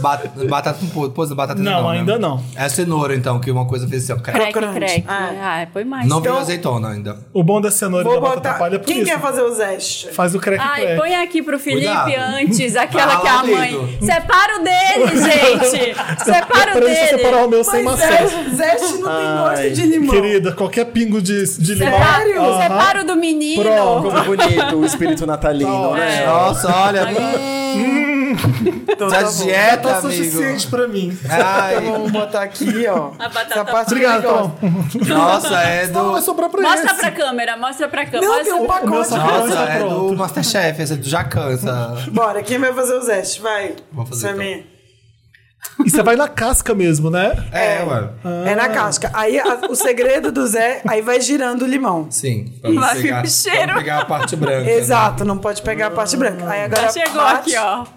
Bat- batata com po- pô, batata
Não,
né?
ainda não.
É cenoura, então, que uma coisa fez assim, ó. crack.
Crack,
Crocante.
crack.
Ah.
Ah, põe mais.
Não
então.
veio assim, azeitona ainda.
O bom da cenoura e
Vou
da batata
botar.
palha é por
Quem
isso.
quer fazer o zeste?
Faz o crack
Ai,
crack.
põe aqui pro Felipe
Cuidado.
antes, aquela
Vai
que é a
ralar o
mãe.
dedo.
Separa o dele, gente! Separa o
Pra isso,
dele!
separar o meu sem
Mas
maçã.
zeste, zeste não tem
Ai,
gosto de limão.
Querida, qualquer pingo de, de limão.
Separa,
Aham.
separa o do menino!
Pronto.
Como bonito o espírito natalino, né?
Nossa, olha.
Então,
Da
tá bom.
dieta,
Tá
amigo.
suficiente pra mim.
Ai,
Vamos botar aqui, ó.
Ah,
A batata
Essa parte
tá Obrigado,
que eu gosto.
Tom.
nossa, é
Não,
do.
vai sobrar pra
Mostra
esse.
pra câmera, mostra pra câmera.
Não, tem
Mostra-
um pacote.
Nossa,
aqui.
Nossa,
Tá
é
pronto.
do Masterchef, essa é do Jacan, essa.
Bora, quem vai fazer o zeste? Vai.
então.
Vou fazer,
Samir.
E você vai na casca mesmo, né?
É, mano.
É na casca. Aí a- o segredo do Zé, aí vai girando o limão.
Sim. Pra não
Vai
pegar,
vir o cheiro.
pra não pegar a parte branca. né?
Exato, não pode pegar a parte branca. Aí agora
Já chegou aqui,
bate.
ó.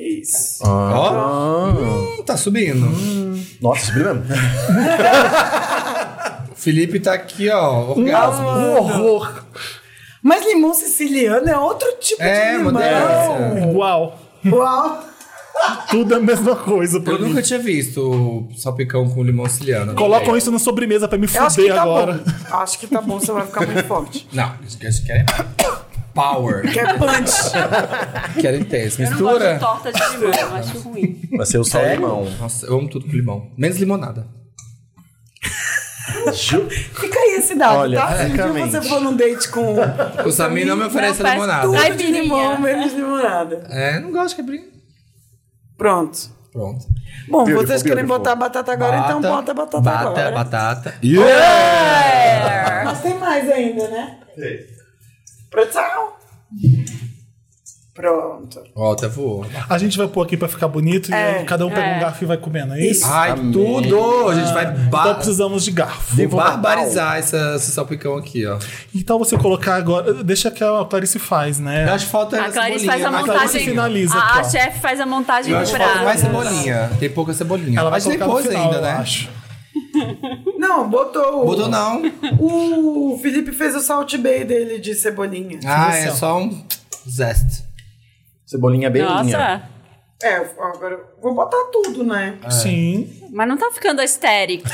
Isso.
Ó, hum, tá subindo.
Nossa, subiu mesmo.
Felipe tá aqui,
Nossa,
ó. Orgasmo.
um horror.
Mas limão siciliano é outro tipo
É,
de limão.
uma delícia.
Igual.
Uau.
Tudo é a mesma coisa pra
Eu
mim.
nunca tinha visto salpicão com limão siciliano.
Colocam isso na sobremesa pra me
Eu acho que
fuder
tá
agora.
bom. Acho que tá bom, você vai ficar muito forte.
Não, isso que eles querem é power.
Quer punch.
Querem intenso.
Eu não gosto de
Mistura.
torta de limão, acho ruim.
Vai ser o sal e limão.
Nossa, eu amo tudo com limão. Menos limonada.
Fica aí esse dado,
Olha,
tá? Se um dia
francamente.
você for num date com
O Samir não me oferece
faz
limonada.
tudo.
tudo de limão, menos limonada.
É, não gosto de quebrinho.
Pronto.
Pronto.
Bom,
Beautiful,
vocês querem
beautiful.
botar a batata agora, então bota a batata
bata,
agora.
batata.
Mas tem mais ainda, né? Tem. Produção. Pronto.
Ó, até voou.
A gente vai pôr aqui pra ficar bonito e
É.
aí cada um pega
É.
um garfo e vai comendo,
Ah,
é isso?
Isso.
Ai,
Amém.
tudo! A gente vai
Então
ba
precisamos de garfo.
barbarizar essa, esse salpicão aqui, ó.
Então você colocar agora. Deixa que a Clarice faz,
Eu
né?
acho que falta
A
essa
Clarice faz
bolinha,
a
mais
montagem.
cebolinha.
finaliza
a
aqui, ó.
a chefe faz a montagem
Eu
do
acho que falta
prato.
mais cebolinha. Tem pouca cebolinha.
Ela vai
Mas
colocar no
depois
final,
ainda, né?
eu acho.
Não, botou. o-
Botou não.
O Felipe fez o salt bay dele de cebolinha.
Ah,
Seleção.
é só um zest.
Cebolinha belinha.
Nossa,
É, agora eu vou botar tudo, né?
É.
Sim.
mas não tá ficando estérico.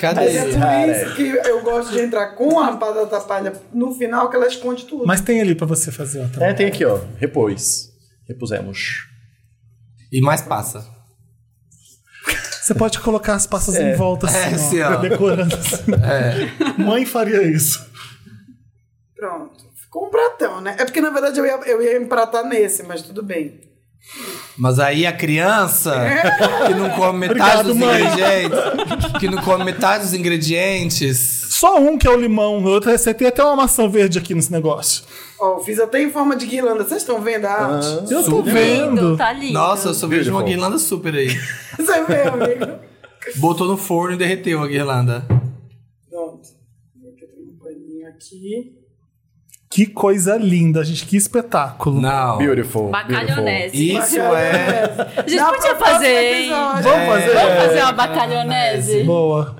Cadê?
Mas é por isso que eu gosto de entrar com a batata palha no final, que ela esconde tudo.
Mas tem ali pra você fazer, ó. também.
É, tem aqui, ó. Repôs. Repusemos.
E mais passa.
Você pode colocar as passas em volta assim,
É,
ó,
assim, ó.
decorando. assim.
É.
Mãe faria isso.
Pronto. Ficou um pratão, né? É porque, na verdade, eu ia, eu ia empratar nesse, mas tudo bem.
Mas aí a criança que não come metade
Obrigado,
dos
mãe.
ingredientes, que não come metade dos ingredientes,
Só um que é o limão, no outro você tem até uma maçã verde aqui nesse negócio.
Ó, eu fiz até em forma de guirlanda. Vocês estão vendo a arte?
Eu tô
lindo,
vendo.
tá lindo.
Nossa, eu só vejo uma
Beautiful.
guirlanda super aí.
Você vê, amigo?
Botou no forno e derreteu a guirlanda.
Pronto. Aqui tem um paninho aqui.
Que coisa linda, gente. Que espetáculo.
Não.
Beautiful.
Bacalhonese.
Isso é.
A gente
Dá
podia
pra próximo
fazer, hein?
episódio.
Vamos fazer?
Vamos fazer uma bacalhonese?
Boa.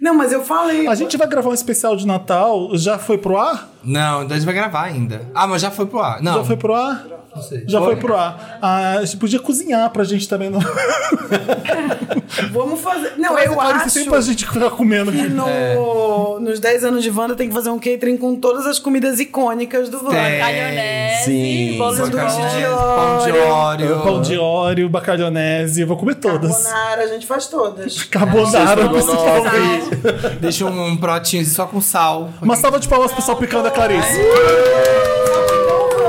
Não, mas eu falei.
A gente vai gravar um especial de Natal. Já foi pro ar?
Não, então a gente vai gravar ainda. Ah, mas já foi pro ar. Não.
Já foi pro ar?
não sei.
Já foi pro ar. Ah, a gente podia cozinhar pra gente também. Não...
Vamos fazer. Não,
Mas
eu
agora
acho.
Esse tempo a gente ficar comendo.
que no- nos 10 anos de Wanda tem que fazer um catering com todas as comidas icônicas do Wanda.
Bacalhonese,
Sim,
bolo de
Abacaxi,
bolo.
Pão de óleo.
É, Pão de óleo, bacalhonese. Eu vou comer todas.
Carbonara, a gente faz todas.
Carbonara, principalmente.
Deixa um, um protinho só com sal.
Uma salva de palmas pro salpicão da Clarice.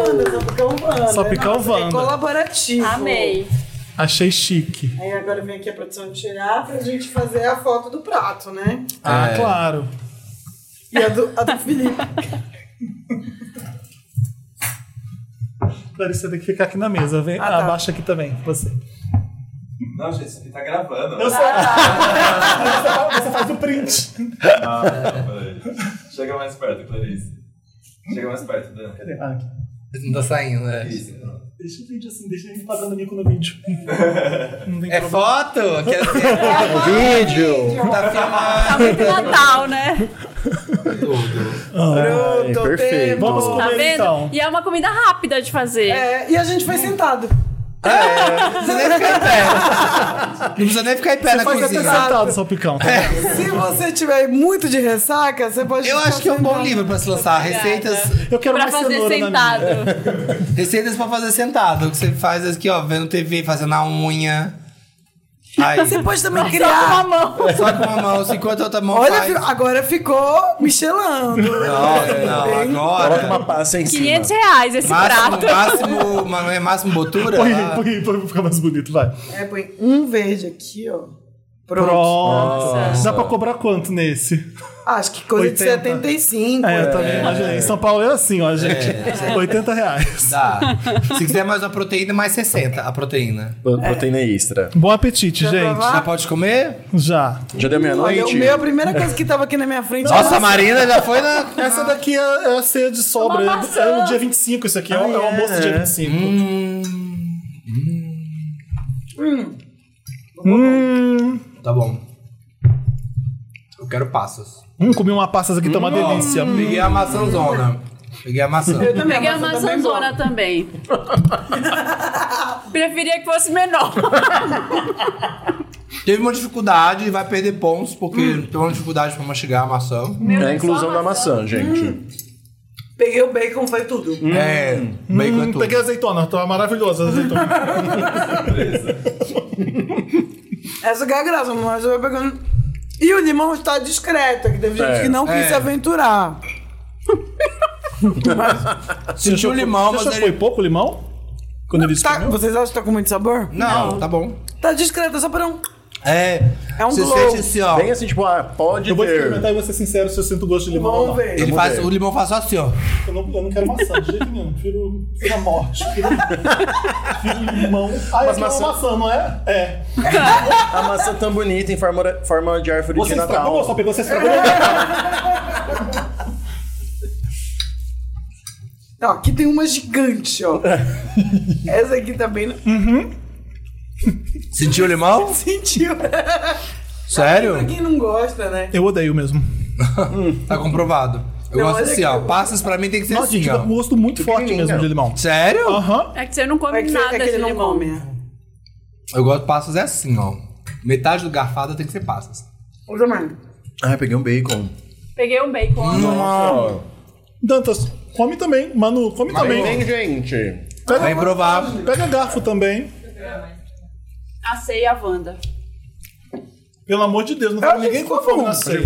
Salpicão Wanda, salpicão Wanda.
Salpicão
Nossa, É
Wanda.
colaborativo.
Amei.
Achei chique.
Aí agora vem aqui a produção tirar pra gente fazer a foto do prato, né?
Ah,
É.
claro.
E a do, a do Felipe.
Clarice, você tem que ficar aqui na mesa. Vem,
Ah, tá.
abaixa aqui também. Você.
Não, gente, ele tá gravando.
Eu
né?
Ah,
sou... você, você faz o print.
Ah, não, peraí. Chega mais perto, Clarice. Chega mais perto, Dan.
Ah, aqui.
Não tá saindo, né?
Isso, pronto.
Deixa o vídeo assim, deixa ele pagando mico no vídeo. Não tem
É
problema.
foto? Aquela que
Vídeo.
tá
Tá
filmando.
muito Natal, né?
Pronto,
perfeito.
tempo.
Vamos
Tá
comer
vendo?
então.
E é uma comida rápida de fazer.
É, e a gente foi sentado.
Você nem fica em pé. Não precisa nem ficar em pé na
Faz até
cozinha.
sentado, salpicão. tá?
Se você tiver muito de ressaca, você pode.
Eu
ficar
acho que é um bom
sentado.
livro pra se lançar. Receitas,
Eu quero
Pra
mais
fazer
cenoura na
sentado. Tá
minha.
receitas pra fazer sentado. O que você faz é aqui, ó, vendo TV, fazendo a unha. Aí,
Você pode também
Só com
criar.
a mão.
só com uma mão, se enquanto a outra mão
Olha,
faz.
fi- agora ficou michelando.
Nossa, não,
Coloca uma
agora.
passa em
500
cima.
reais esse
Máximo,
prato.
máximo, ma- máximo botura? Ah,
Põe aí,
lá.
põe aí, põe aí pra ficar mais bonito, vai.
É, põe um verde aqui, ó. Pronto.
Pronto. Dá pra cobrar quanto nesse?
Ah, Acho que coisa
80.
de 75.
É, eu também imaginei. Em São Paulo é assim, ó, gente. 80 reais.
Dá. Se quiser mais uma proteína, mais 60 a proteína.
Pro- Proteína extra.
Bom apetite,
Quer
gente.
provar?
Já pode comer?
Já.
Já deu
é
Olha, o
meia-noite?
meu, a primeira coisa que tava aqui na minha frente.
Nossa, a Marina já foi na.
Essa daqui é, é a ceia de sobra.
Uma
É,
maçã.
é no dia 25 isso aqui. É, o- é o almoço do dia 25.
Tá bom. Eu quero passos. Hum.
Hum, comi uma pasta aqui, tá uma delícia.
Peguei a maçãzona. Peguei a maçã.
Eu também, é
Peguei
a
a
maçã também
maçãzona também. Preferia que fosse menor.
Teve uma dificuldade e vai perder pontos, porque teve uma dificuldade pra mastigar a maçã.
É a inclusão da maçã, gente.
boa. Peguei o bacon, foi tudo.
É, bacon é
Hum,
tudo.
peguei azeitona, tá maravilhosa a azeitona.
Essa que é a graça, mas eu vou pegando. E o limão está discreto, que teve gente
É,
que não quis
é.
se aventurar.
Senti o
Você
limão, mas
achou que
ele...
foi pouco limão? Quando ele
Tá-
comeu?
vocês acham que tá com muito sabor?
Não, tá bom.
Tá discreto, é só para um.
É,
É um
você
glow.
sente assim, ó.
Bem assim, tipo, ah, pode
Hum. Eu vou
ter.
experimentar e vou ser sincero se eu sinto gosto de limão ou não.
Vamos ver.
Ele
Vamos
faz,
ver.
o limão faz só assim, ó.
Eu não, eu não quero maçã de jeito nenhum. Tiro, tiro a morte. Tiro, tiro limão. Ah,
Mas
aqui é uma
maçã-
maçã, não é? É.
A maçã tão bonita em forma, forma de árvore
Você
de
estragou ou só
Natal.
pegou? Você estragou?
Não, aqui tem uma gigante, ó. Essa aqui tá também não
Sentiu o limão?
sentiu.
Sério?
pra quem não gosta, né?
Eu odeio mesmo.
Tá comprovado. Eu
Não,
gosto
olha
assim, ó.
aqui, ó.
Passas pra mim tem que ser
Nossa,
assim,
gente, dá
ó.
um gosto muito forte
Pequenininho.
mesmo de limão.
Sério?
Aham.
É que você não come
É que, você-
nada
é que ele
de
não
limão.
come. é.
Eu gosto de passas é assim, ó. Metade do garfado tem que ser passas.
Eu também.
Ah, peguei um bacon.
Peguei um bacon.
Ah.
Ó,
Dantas, come também. Manu, come também.
Vem, gente.
Pega,
Vem provar.
pega garfo também.
A ceia a Wanda.
Pelo amor de Deus, não fica Ah, ninguém
tipo
com fome na ceia.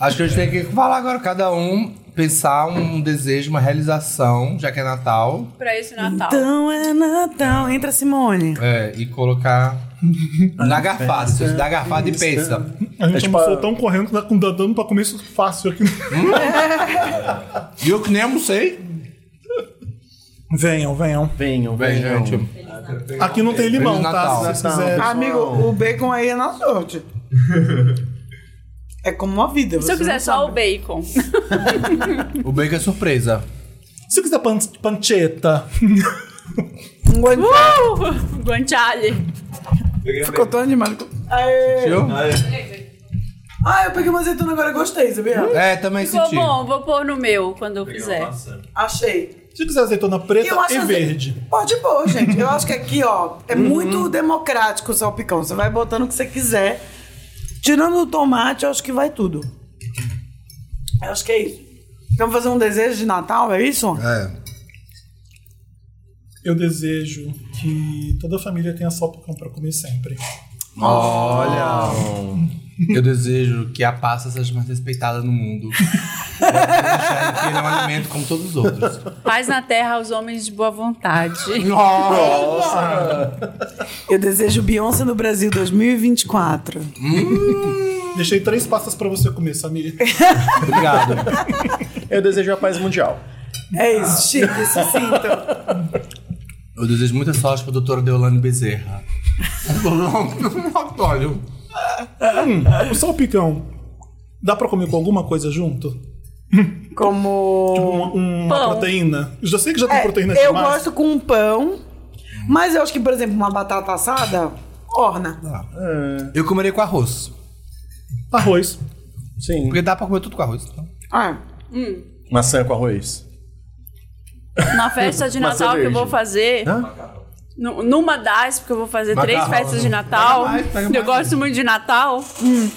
Acho que a gente tem que falar agora, cada um pensar um desejo, uma realização, já que é Natal,
Pra esse Natal.
Então é Natal. Entra, Simone.
é, e colocar na garfada, se você dá garfada e pensa.
A gente
É tipo
almoçou
a-
tão correndo que dá dá dando pra comer isso fácil aqui.
E eu que nem almocei.
venham, venham.
Venham,
Bem,
venham.
gente,
Aqui não tem limão,
Feliz
tá?
Natal.
Se vocês quiserem.
Amigo, o bacon aí é na sorte. É como a vida.
Se eu quiser só o bacon.
o bacon é surpresa.
Se você quiser pan pancheta,
Um guarda-
Uh! Guanciale.
Peguei um
Ficou
bacon.
tão animado. né? Aê.
Viu?
Ah, eu peguei uma azeitona agora, gostei, sabia?
É, também
Ficou
senti.
bom, vou pôr no meu quando eu
Peguei uma
quiser.
maçã.
Achei.
se quiser azeitona preta e
assim-
verde.
Pode pôr, gente. Eu acho que aqui, ó, é muito democrático o salpicão. Você vai botando o que você quiser. Tirando o tomate, eu acho que vai tudo. Eu acho que é isso. Vamos fazer um desejo de Natal, é isso?
É.
Eu desejo que toda a família tenha salpicão pra comer sempre.
Olha. Eu desejo que a pasta seja mais respeitada no mundo. Eu desejo que ele é um alimento como todos os outros.
Paz na terra aos homens de boa vontade.
Nossa.
Eu desejo Beyoncé no Brasil 2024.
Deixei três pastas pra você comer, Samir.
Obrigado.
Eu desejo a paz mundial.
É isso, chique, sucinto.
Eu desejo muita sorte pra doutora Deolane Bezerra. Olha,
O salpicão, dá pra comer com alguma coisa junto?
Como.
Um- uma
Pão.
proteína? Eu já sei que já tem
É,
proteína
eu
demais.
gosto com um pão, mas eu acho que, por exemplo, uma batata assada, orna.
eu comeria com arroz.
Arroz.
Sim.
Porque dá pra comer tudo com arroz. então.
Ah,
Maçã com arroz.
Na festa de
Maçã
Natal que eu
verde.
vou fazer. nu- Numa das, porque eu vou fazer três
Macarrão.
festas de Natal.
Pega mais, pega
eu
mais.
gosto muito de Natal. Hum.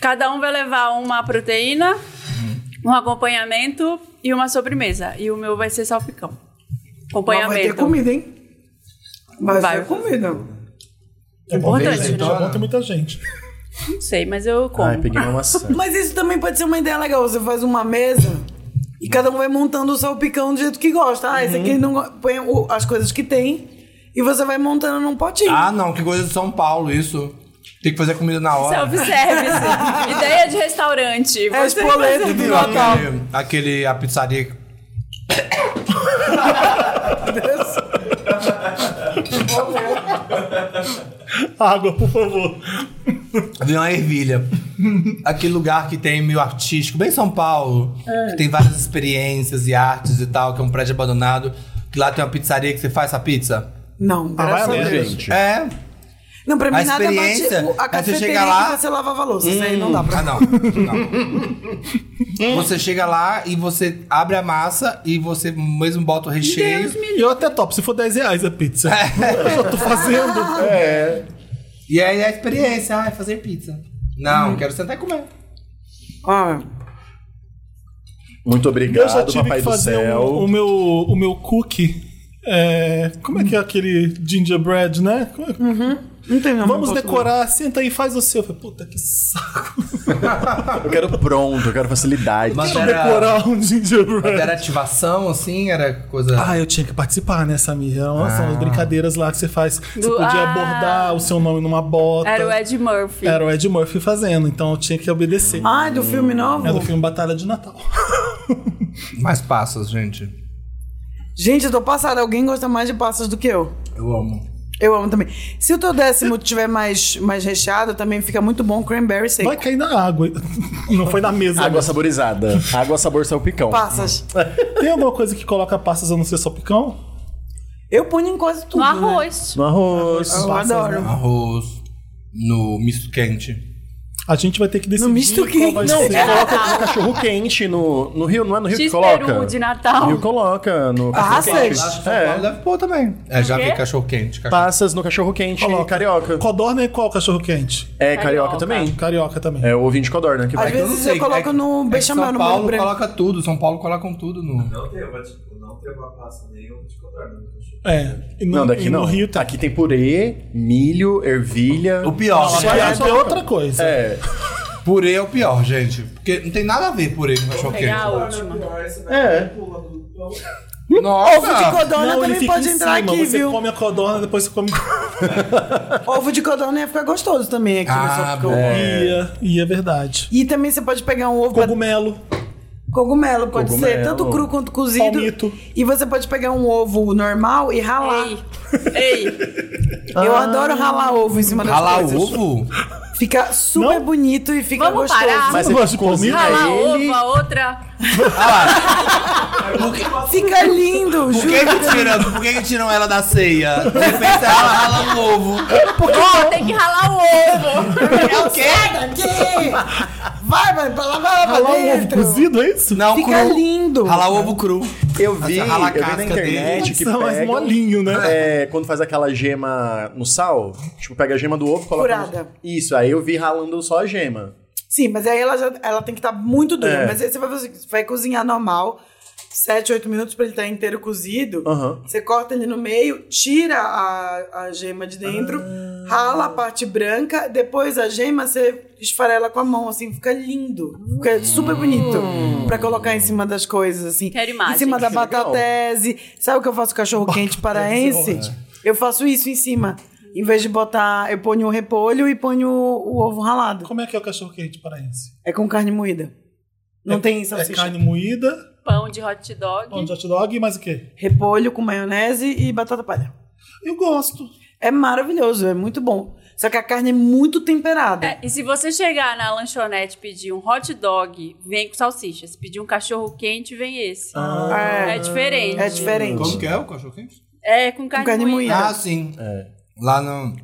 Cada um vai levar uma proteína, um acompanhamento e uma sobremesa. E o meu vai ser salpicão.
mas vai ter
Acompanhamento.
comida, hein? Vai,
Vai.
ter comida.
É
Importante,
Então
né?
é bom ter muita gente.
Não sei, mas eu como.
Ai, peguei uma maçã.
Mas isso também pode ser uma ideia legal. Você faz uma mesa e cada um vai montando o salpicão do jeito que gosta. Ah, esse
Uhum.
aqui não go- põe o- as coisas que tem e você vai montando num potinho.
Ah,
Ah, não, que coisa de São Paulo isso. Tem que fazer a comida na
é
hora.
Self-service. Ideia de restaurante.
É o
Você
espoleto do
Viu
Natal.
né?
aquele, aquele, a pizzaria.
Água, por favor.
Viu uma ervilha. Aquele lugar que tem meio artístico, bem São Paulo. Que tem várias experiências e artes e tal, que é um prédio abandonado. Que lá tem uma pizzaria que você faz essa pizza.
Não, graças
Ah, vai
a
mesmo.
Deus.
Gente,
É.
Não, pra
A
mim nada bate
experiência
o-
é
a
você
cafeteria
chegar lá-
que você lavava a louça. Isso aí não dá pra
Ah, não. não. Você chega lá e você abre a massa e você mesmo bota o recheio.
E eu até topo, se for 10 reais a pizza. eu já tô fazendo.
E aí é a experiência, ah, é fazer pizza. Não, quero sentar e comer.
Ah,
muito
Eu já
obrigado,
tive
Papai
que
do
fazer um,
Céu.
o, o meu, o meu cookie. É, como é que é aquele gingerbread, né? Como é que-
não tem nome
Vamos
em português.
decorar, senta aí e faz o seu. Eu falei, puta que saco.
Eu quero pronto, eu quero facilidade.
Mas
Quero
era-
decorar um gingerbread.
Era ativação, assim, era coisa.
Ah, eu tinha que participar, né, Samir? Eram- São
Ah.
as brincadeiras lá que você faz. Você
Do-
podia
Ah.
abordar o seu nome numa bota.
Era o Ed Murphy.
Era o Ed Murphy fazendo, então eu tinha que obedecer.
Ai, do filme novo?
É do filme Batalha de Natal.
Mais passos, gente.
Gente, eu tô passada. Alguém gosta mais de passas do que eu.
Eu amo.
Eu amo também. Se o teu décimo tiver mais, mais recheado, também fica muito bom cranberry seco.
Vai cair na água. Não foi na mesa.
Água
né?
saborizada. Água sabor salpicão.
Passas.
Tem alguma coisa que coloca passas a não ser salpicão?
Eu punho em quase tudo.
No
Né?
arroz.
No arroz.
Eu
Passas,
né?
adoro.
Arroz no misto quente.
A gente vai ter que decidir.
No misto
qual
quente.
vai
Não,
ser.
é
Você coloca cachorro quente no, no Rio, não é no Rio que
X
coloca?
peru de Natal.
Rio coloca no
Passas?
cachorro quente.
Lá no São Paulo
É,
deve pôr também. É, já
quê?
vi cachorro quente. Cachorro...
passas no cachorro quente
Coloca.
carioca.
Codorna é qual cachorro quente?
É carioca,
Carioca.
também.
Carioca também.
É o ovinho de codorna que
Às
vai.
Eu não
vezes
sei, é
eu coloco
que-
no
que
bechamel,
São
no molho
Paulo
branco.
coloca tudo. São Paulo colocam tudo no.
Não tem, mas tipo, não tem uma pasta nenhuma de né? codorna no cachorro.
É. E no-
Não, daqui
e
não.
No Rio tá.
Aqui tem purê, milho, ervilha.
O pior.
Só
gente.
é outra coisa.
É,
Purê é o pior, gente. Porque não tem nada a ver purê com cachorro
Pegar a
quente.
última.
Pior, você vai
É.
pula do pão.
Ovo de
Nossa!
codorna
Ah, Não, ele
também
fica
pode
em
entrar
cima.
aqui,
você
viu?
come a codorna, depois você come
Ovo de codorna ia ficar gostoso também aqui
Ah,
no Sopicão.
bom.
Ia, e é verdade.
E também você pode pegar um ovo pra-
Cogumelo.
Cogumelo pode ser
Cogumelo.
tanto cru quanto cozido.
Palmito.
E você pode pegar um ovo normal e ralar.
Ei. Ei.
Eu
Ah.
adoro ralar ovo em cima das
Ralar
coisas.
o ovo?
Fica super
Não?
bonito e fica
Vamos
gostoso.
parar?
mas
Eu
você
gosto de
cozinha
Ralar
ele.
ovo, a outra.
Fica lindo,
Por
juro.
que que tiram, por que que tiram ela da ceia? De repente ela rala um ovo.
Ó, tem que ralar o ovo.
o quê? Vai, vai, pra lá, vai Tá lá pra
Ralar um ovo
dentro.
cozido, é isso?
Não,
Fica
cru.
lindo.
Ralar o ovo cru.
Eu vi, eu vi
Rala a
na
casca
internet
dele.
que
São mais
pegam-
molinho, né?
É, quando faz aquela gema no sal, tipo, pega a gema do ovo, coloca no-
Furada.
Isso, aí eu vi ralando só a gema.
Sim, mas aí ela, já, ela tem que estar muito dura.
É.
Mas aí você vai, fazer- você vai cozinhar normal, 7, 8 minutos pra ele estar inteiro cozido.
Aham.
Você corta ele no meio, tira a, a gema de dentro,
Ah.
rala a parte branca, depois a gema você esfarela com a mão, assim, fica lindo. Fica super bonito pra colocar em cima das coisas, assim.
Quero imagem.
Em cima da
Que Hum. legal. é
batatese. Sabe o que eu faço com cachorro quente paraense? Eu faço isso em cima. Em vez de botar, eu ponho o repolho e ponho o, o ovo ralado.
Como é que é o cachorro quente paraense?
É com carne moída. Não tem
É
salsicha.
carne moída,
Pão de hot dog.
pão de hot dog e mais o quê?
Repolho com maionese e batata palha.
Eu gosto.
É maravilhoso, é muito bom. Só que a carne é muito temperada.
É, e se você chegar na lanchonete e pedir um hot dog, vem com salsicha. Se pedir um cachorro quente, vem esse. é diferente.
É diferente.
Como que é o cachorro quente?
É com carne,
carne
moída.
moída.
Ah, sim. Lá no...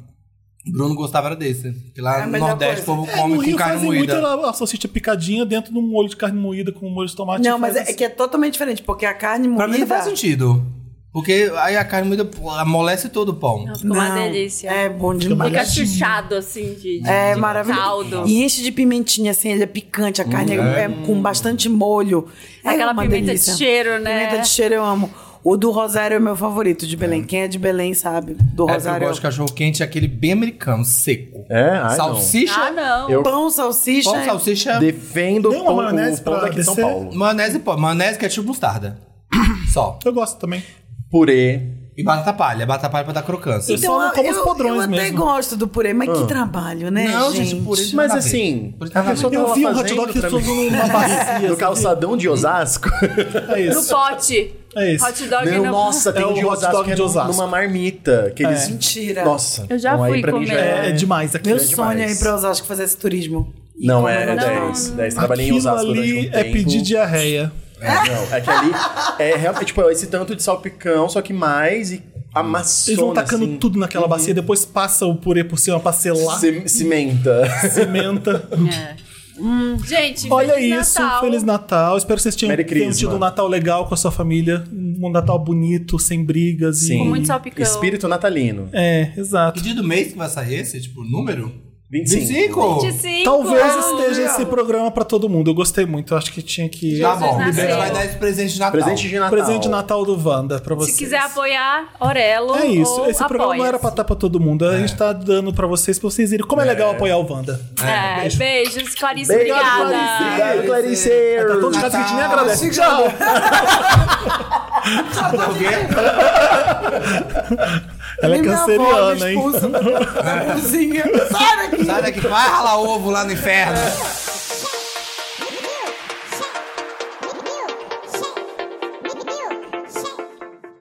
Bruno gostava era desse. Que lá
É a
no
melhor
Nordeste
coisa. É,
o povo
no
come
assim
com
Rio
carne
fazem
moída.
muito a, a salsicha picadinha dentro de um molho de carne moída com molho de tomate.
Não,
e
mas
faz
é,
assim.
que é totalmente diferente, porque a carne
Pra mim não
moída.
faz sentido. Porque aí a carne moída pô, amolece todo o pão.
Não, Ficou uma delícia.
É bom demais.
Fica chuchado assim de, de,
É
de
maravilhoso.
caldo.
E enche de pimentinha, assim, ele é picante, a carne é- é, com bastante molho. É
Aquela
uma
pimenta
delícia.
de cheiro, né?
Pimenta de cheiro eu amo. O do Rosário é meu favorito de Belém. Quem é de Belém sabe. Do
É, eu
Rosário.
gosto de cachorro quente, é aquele bem americano, seco.
É? Ai, não.
Ah,
salsicha,
não.
Eu-
um Pão, salsicha.
pão, salsicha,
Defendo
Tem
o
uma
pão,
maionese
o pão
pra
daqui de São
descer?
Paulo.
maionese e pão. Maionese que é tipo mostarda. Só.
Eu gosto também.
Purê,
E batata palha. Batata palha pra dar crocância.
Eu só não como os podrões
Então, eu até
mesmo.
gosto do purê, mas que trabalho, né,
Não,
gente?
gente, purê-
Mas
Tá
assim,
bem.
a
Eu
pessoa tava
vi um hot
fazendo
dog que
pra
eu
mim.
numa bacia. assim,
no
sabe?
calçadão de Osasco.
É
No
isso.
pote.
É isso.
Hot dog
Não,
no
nossa, tem
É
um
o
de
hot
Osasco
dog
que é
de
num-
Osasco.
numa marmita. Que eles...
É.
Mentira.
Nossa.
Eu já
não, aí
fui
pra mim já
comer.
É, é demais aqui.
Meu
Grande
sonho é
demais.
ir pra Osasco fazer esse turismo.
Não, é, é
Não,
10. 10. Trabalhei em
Aquilo
Osasco
ali
durante um
é
tempo.
pedir diarreia.
Não, é que ali é realmente, tipo, esse tanto de salpicão, só que mais e amassona,
Eles vão tacando
assim.
tudo naquela bacia, depois passa o purê por cima pra selar,
Ce- Cimenta.
cimenta.
É. Gente,
Olha
Feliz
isso,
Natal.
Feliz Natal. Espero que vocês tenham,
Merry
tenham
Christmas.
tido um Natal legal com a sua família. Um Natal bonito, sem brigas. e-
Sim.
muito salpicão.
Espírito natalino.
É,
Que
exato.
dia do mês que vai sair esse? Tipo, número?
25.
25.
Talvez esteja esse programa pra todo mundo. Eu gostei muito. Eu acho que tinha que.
Tá bom.
nasceu.
Libera vai dar esse presente de Natal.
Presente de Natal.
Presente de Natal do Wanda pra vocês.
Se quiser apoiar, Orelo.
É isso.
ou
Esse programa não era pra
apoia-se.
estar pra todo mundo. A gente tá dando pra vocês, pra vocês irem. Como é, legal apoiar o Wanda.
É, beijos, Clarice,
Obrigado,
obrigada.
Clarice. Obrigado, Clarice.
Tá todo chato que a gente nem agradece. Tchau. Ela é
Nem minha avó me
canceriana, hein?
expulsa da- da cozinha. Sai daqui!
Sai daqui, vai ralar ovo lá no inferno.